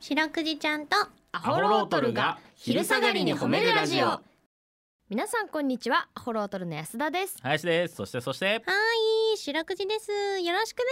白くじちゃんとアホロートルが昼下がりに褒めるラジオ皆さんこんにちはホロートルの安田です林ですそしてそしてはい白くじですよろしくで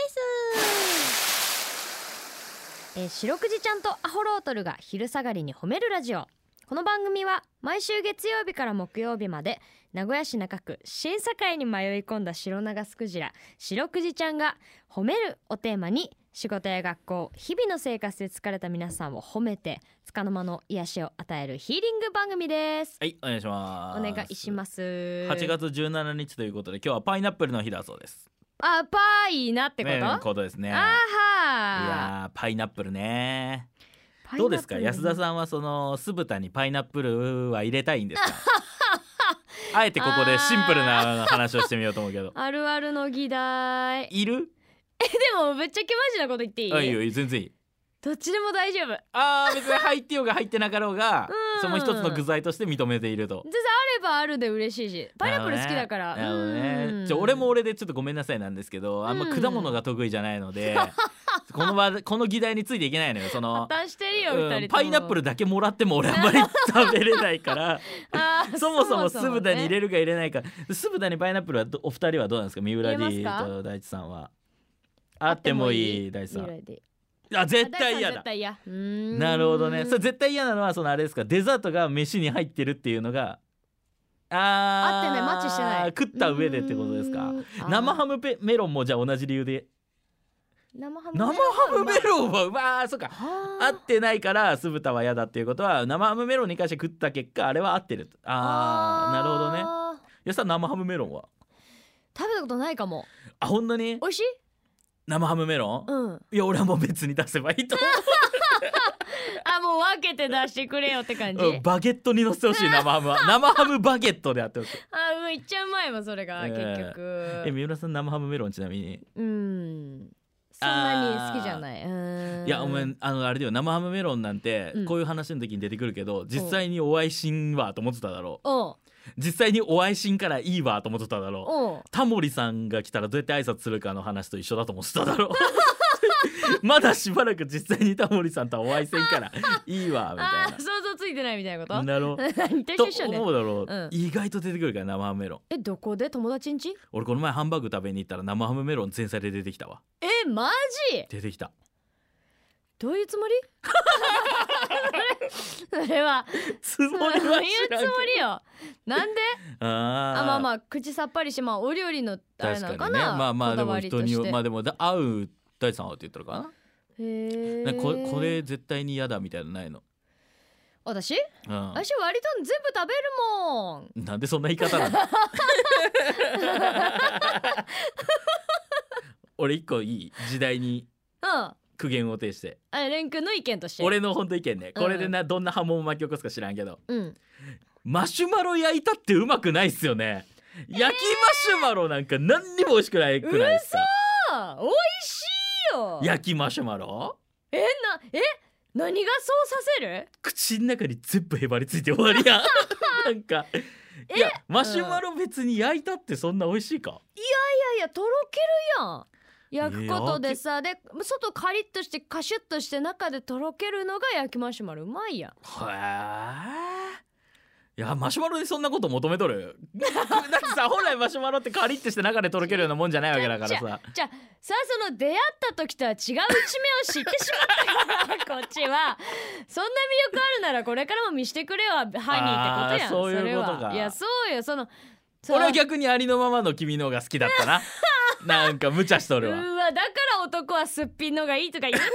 すえー、白くじちゃんとアホロートルが昼下がりに褒めるラジオこの番組は毎週月曜日から木曜日まで名古屋市中区審査会に迷い込んだ白長スクジラ白くじちゃんが「褒める」をテーマに仕事や学校日々の生活で疲れた皆さんを褒めて束の間の癒しを与えるヒーリング番組ですはいお願いしおます願いします8月17日ということで今日はパイナップルの日だそうですあパイなってこと、ねえことですねいあはいやーパイナップルねパイナップルどうですか安田さんはその酢豚にパイナップルは入れたい んですかあえてここでシンプルな話をしてみようと思うけどあるあるの議題いるでもぶっちゃけマジなこと言っていいあいいよいいよ全然いいどっちでも大丈夫ああー別に入ってようが入ってなかろうがうんその一つの具材として認めているとればあるで嬉しいしパイナップル好きだからなるほどねうんちょ俺も俺でちょっとごめんなさいなんですけどあんま果物が得意じゃない のでこの場この議題についていけないのよその破、綻してるようん二人ともパイナップルだけもらっても俺あんまり食べれな いからあーそもそも酢豚に入るれるか入れないか酢豚にパイナップルはどお二人はどうなんですか三浦入 D れますかと大地さんはあってもいい大地さんあ絶対嫌だ絶対嫌うーんなるほどねそれ絶対嫌なのはそのあれですかデザートが飯に入ってるっていうのがあー合ってないマッチしてない食った上でってことですかうーん生ハあムペメロンもじゃあ同じ理由でー生ハム生ハムメロンはうわーそっか合あってないから酢豚は嫌だっていうことは生ハムメロンに関して食った結果あれは合ってるとあーなるほどねどね安田生ハムメロンは食べたことないかもあ本当に美味しい生ハムメロン、うんいや俺はもう別に出せばいいと思うあもう分けて出してくれよって感じうんバゲットに乗せてほしい生 ハムは生ハムバゲットであってほしいあもういっちゃうまいわそれが、えー結え局三浦さん生ハムメロンちなみにうんそんなに好きじゃないうーんいやお前あのあれだよ生ハムメロンなんてうんこういう話の時に出てくるけど、実際にお会いしんわと思ってただろうおう実際にお会いしんからいいわと思ってただろうおうタモリさんが来たらどうやって挨拶するかの話と一緒だと思ってただろ うまだしばらく実際にタモリさんとはお会いせんからいいわみあたー想像ついてないみたいないなこだろうと何とと一緒ね思うだろう、うん意外と出てくるから生ハムメロンえどこで友達ん家俺この前ハンバーグ食べに行ったら生ハムメロン前菜で出てきたわえマジ出て きたどういう つもりそれそれはつ もりそうはいう知つらもんりけどよなんであーあまあまあ口さっぱりしてまあお料理のあれな確かのにかねなまあまあでこだもわり人とにしよてまあでもだ合う大地さんはって言ったのかへなーなんかここれ絶対に嫌だみたいなのないの、私うん、私割と全部食べるもんなんでそんな言い 方なの俺一個いい時代にうん苦言を呈してあレン君の意見として俺の本当意見ねこれでな、どんな波紋を巻き起こすか知らんけどうんマシュマロ焼いたってうまくないっすよね焼きマシュマロなんか何にも美味しくないくらいっすよあ美味しいよ焼きマシュマロえなえ何がそうさせる口の中に全部へばりついて終わ りやなんかいやマシュマロ別に焼いたってそんな美味しいか、いやいやとろけるやん焼くことでさで外カリッとしてカシュッとして中でとろけるのが焼きマシュマロうまいやんへえいやマシュマロでそんなこと求めとる だってさ本来マシュマロってカリッてして中でとろけるようなもんじゃないわけだからさじゃあさあその出会った時とは違う一面を知ってしま ったからこっちはそんな魅力あるならこれからも見してくれよハニーってことやあーんそういうことかそれはいやそうよそのその俺は逆にありのままの君の方が好きだ ったななんか無茶しとるわうわだから男はすっぴんのがいいとか言うんだよ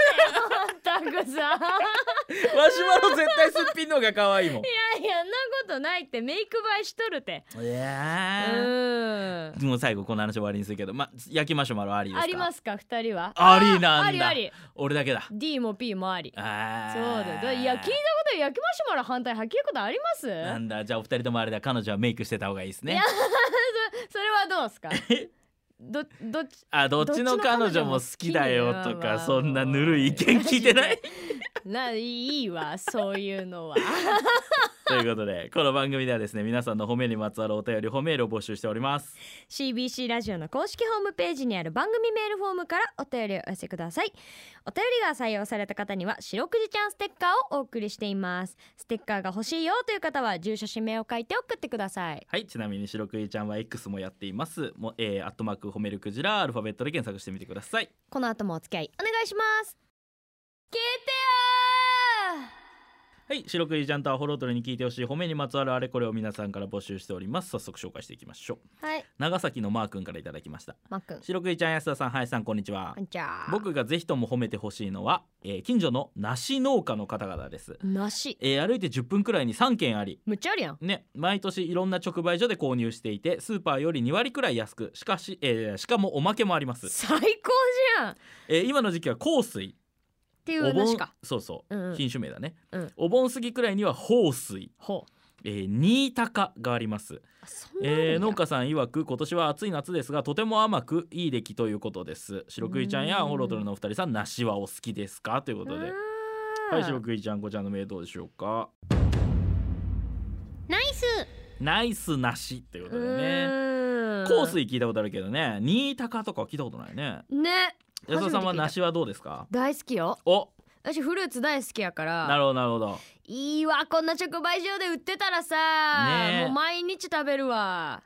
たくさんマシュマロ絶対すっぴんの方が可愛いもんいやんなことないってメイク映えしとるていうやーーんもう最後この話終わりにするけどま焼きマシュマロありですかありますすか二人はありなんだありあり俺だけだ D も P もありあそうーだよいや聞いたこと焼きマシュマロ反対はっきりことありますなんだじゃあお二人ともあれだ彼女はメイクしてた方がいいですねそれはどうですかどどっちあどっちの彼女も好きだよとかそんなぬるい意見聞いてないないいわそういうのは ということでこの番組ではですね皆さんの褒めにまつわるお便り褒めるを募集しております CBC ラジオの公式ホームページにある番組メールフォームからお便りをお寄せくださいお便りが採用された方には白くじちゃんステッカーをお送りしていますステッカーが欲しいよという方は住所氏名を書いて送ってくださいはいちなみに白くじちゃんは X もやっていますもえー、アットマーク褒めるクジラアルファベットで検索してみてくださいこの後もお付き合いお願いします聞いてよはい白くじちゃんとアホロートルに聞いてほしい褒めにまつわるあれこれを皆さんから募集しております早速紹介していきましょうーはい長崎のマー君からいただきましたまっくん白くじちゃん安田さん林さんこんにちはこんにちは僕がぜひとも褒めてほしいのは、えー近所の梨農家の方々です、梨えー歩いて10分くらいに3軒ありむっちゃあるやんね、毎年いろんな直売所で購入していてスーパーより2割くらい安くしかし、えーしかもおまけもあります、最高じゃんっえー今の時期は香水ていおう盆梨かそうそう、うんうん品種名だね、うんお盆過ぎくらいには豊水、ほうえー、新高があります、あそんなあるんえーや農家さん曰く今年は暑い夏ですがとても甘くいい出来ということです白クイちゃんやうんホロドルのお二人さん梨はお好きですかということであーはい白クイちゃんこちゃんの名どうでしょうかナイスナイス梨ということでねうーん香水聞いたことあるけどね新高とかは聞いたことないねね安田さ初めて聞んはいた梨はどうですか大好きよお私フルーツ大好きやかならるほどなるほどいいわこんな直売所で売ってたらさ、ねえもう毎日食べるわ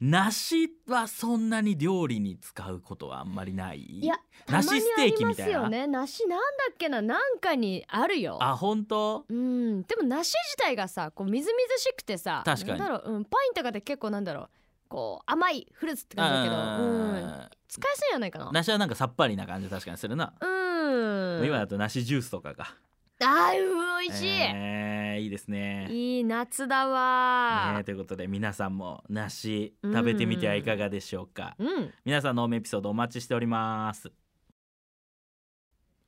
梨はそんなに料理に使うことはあんまりないいやたま梨にスあテーりキまみすたいなよね梨なんだっけななんかにあるよあ本当うんでも梨自体がさこうみずみずしくてさ確かになんだろう、うん、パインとかで結構なんだろうこう甘いフルーツって感じだけど、うん、使いやすいんじゃないかな梨はなんかさっぱりな感じ確かにするな、うん今だと梨ジュースとかがあーうん美味しい、えーいいですねいい夏だねわ、ということで皆さんも梨食べてみてはいかがでしょうか、うん皆さんのおめエピソードお待ちしております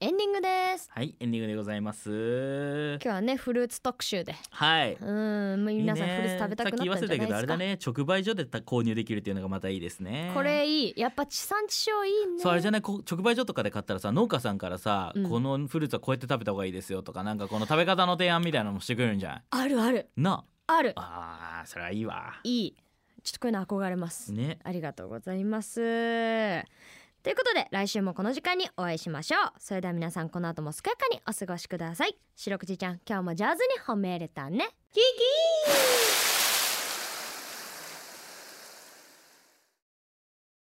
エンディングですはいエンディングでございます 今日はねフルーツ特集ではいうんもう皆さんいいねフルーツ食べたくなったんじゃないさっき言わせたけどであすれだかね直売所でた購入できるっていうのがまたいいですねこれいいやっぱ地産地消いいねそうあれじゃないこ直売所とかで買ったらさ農家さんからさ、うんこのフルーツはこうやって食べた方がいいですよとかなんかこの食べ方の提案みたいなのもしてくれるんじゃないあるあるなあるああーそれはいいわいいちょっとこういうの憧れますねありがとうございますということで来週もこの時間にお会いしましょうそれでは皆さんこの後も健やかにお過ごしください白くじちゃん今日もジャズに褒めれたねキキー